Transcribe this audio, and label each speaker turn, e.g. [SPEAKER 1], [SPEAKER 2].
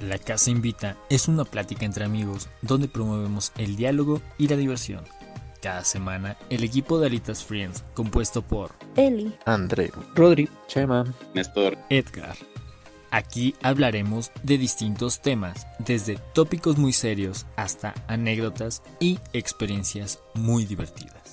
[SPEAKER 1] La Casa Invita es una plática entre amigos donde promovemos el diálogo y la diversión. Cada semana, el equipo de Alitas Friends, compuesto por
[SPEAKER 2] Eli,
[SPEAKER 3] André,
[SPEAKER 4] Rodri,
[SPEAKER 5] Chema, Néstor,
[SPEAKER 1] Edgar. Aquí hablaremos de distintos temas, desde tópicos muy serios hasta anécdotas y experiencias muy divertidas.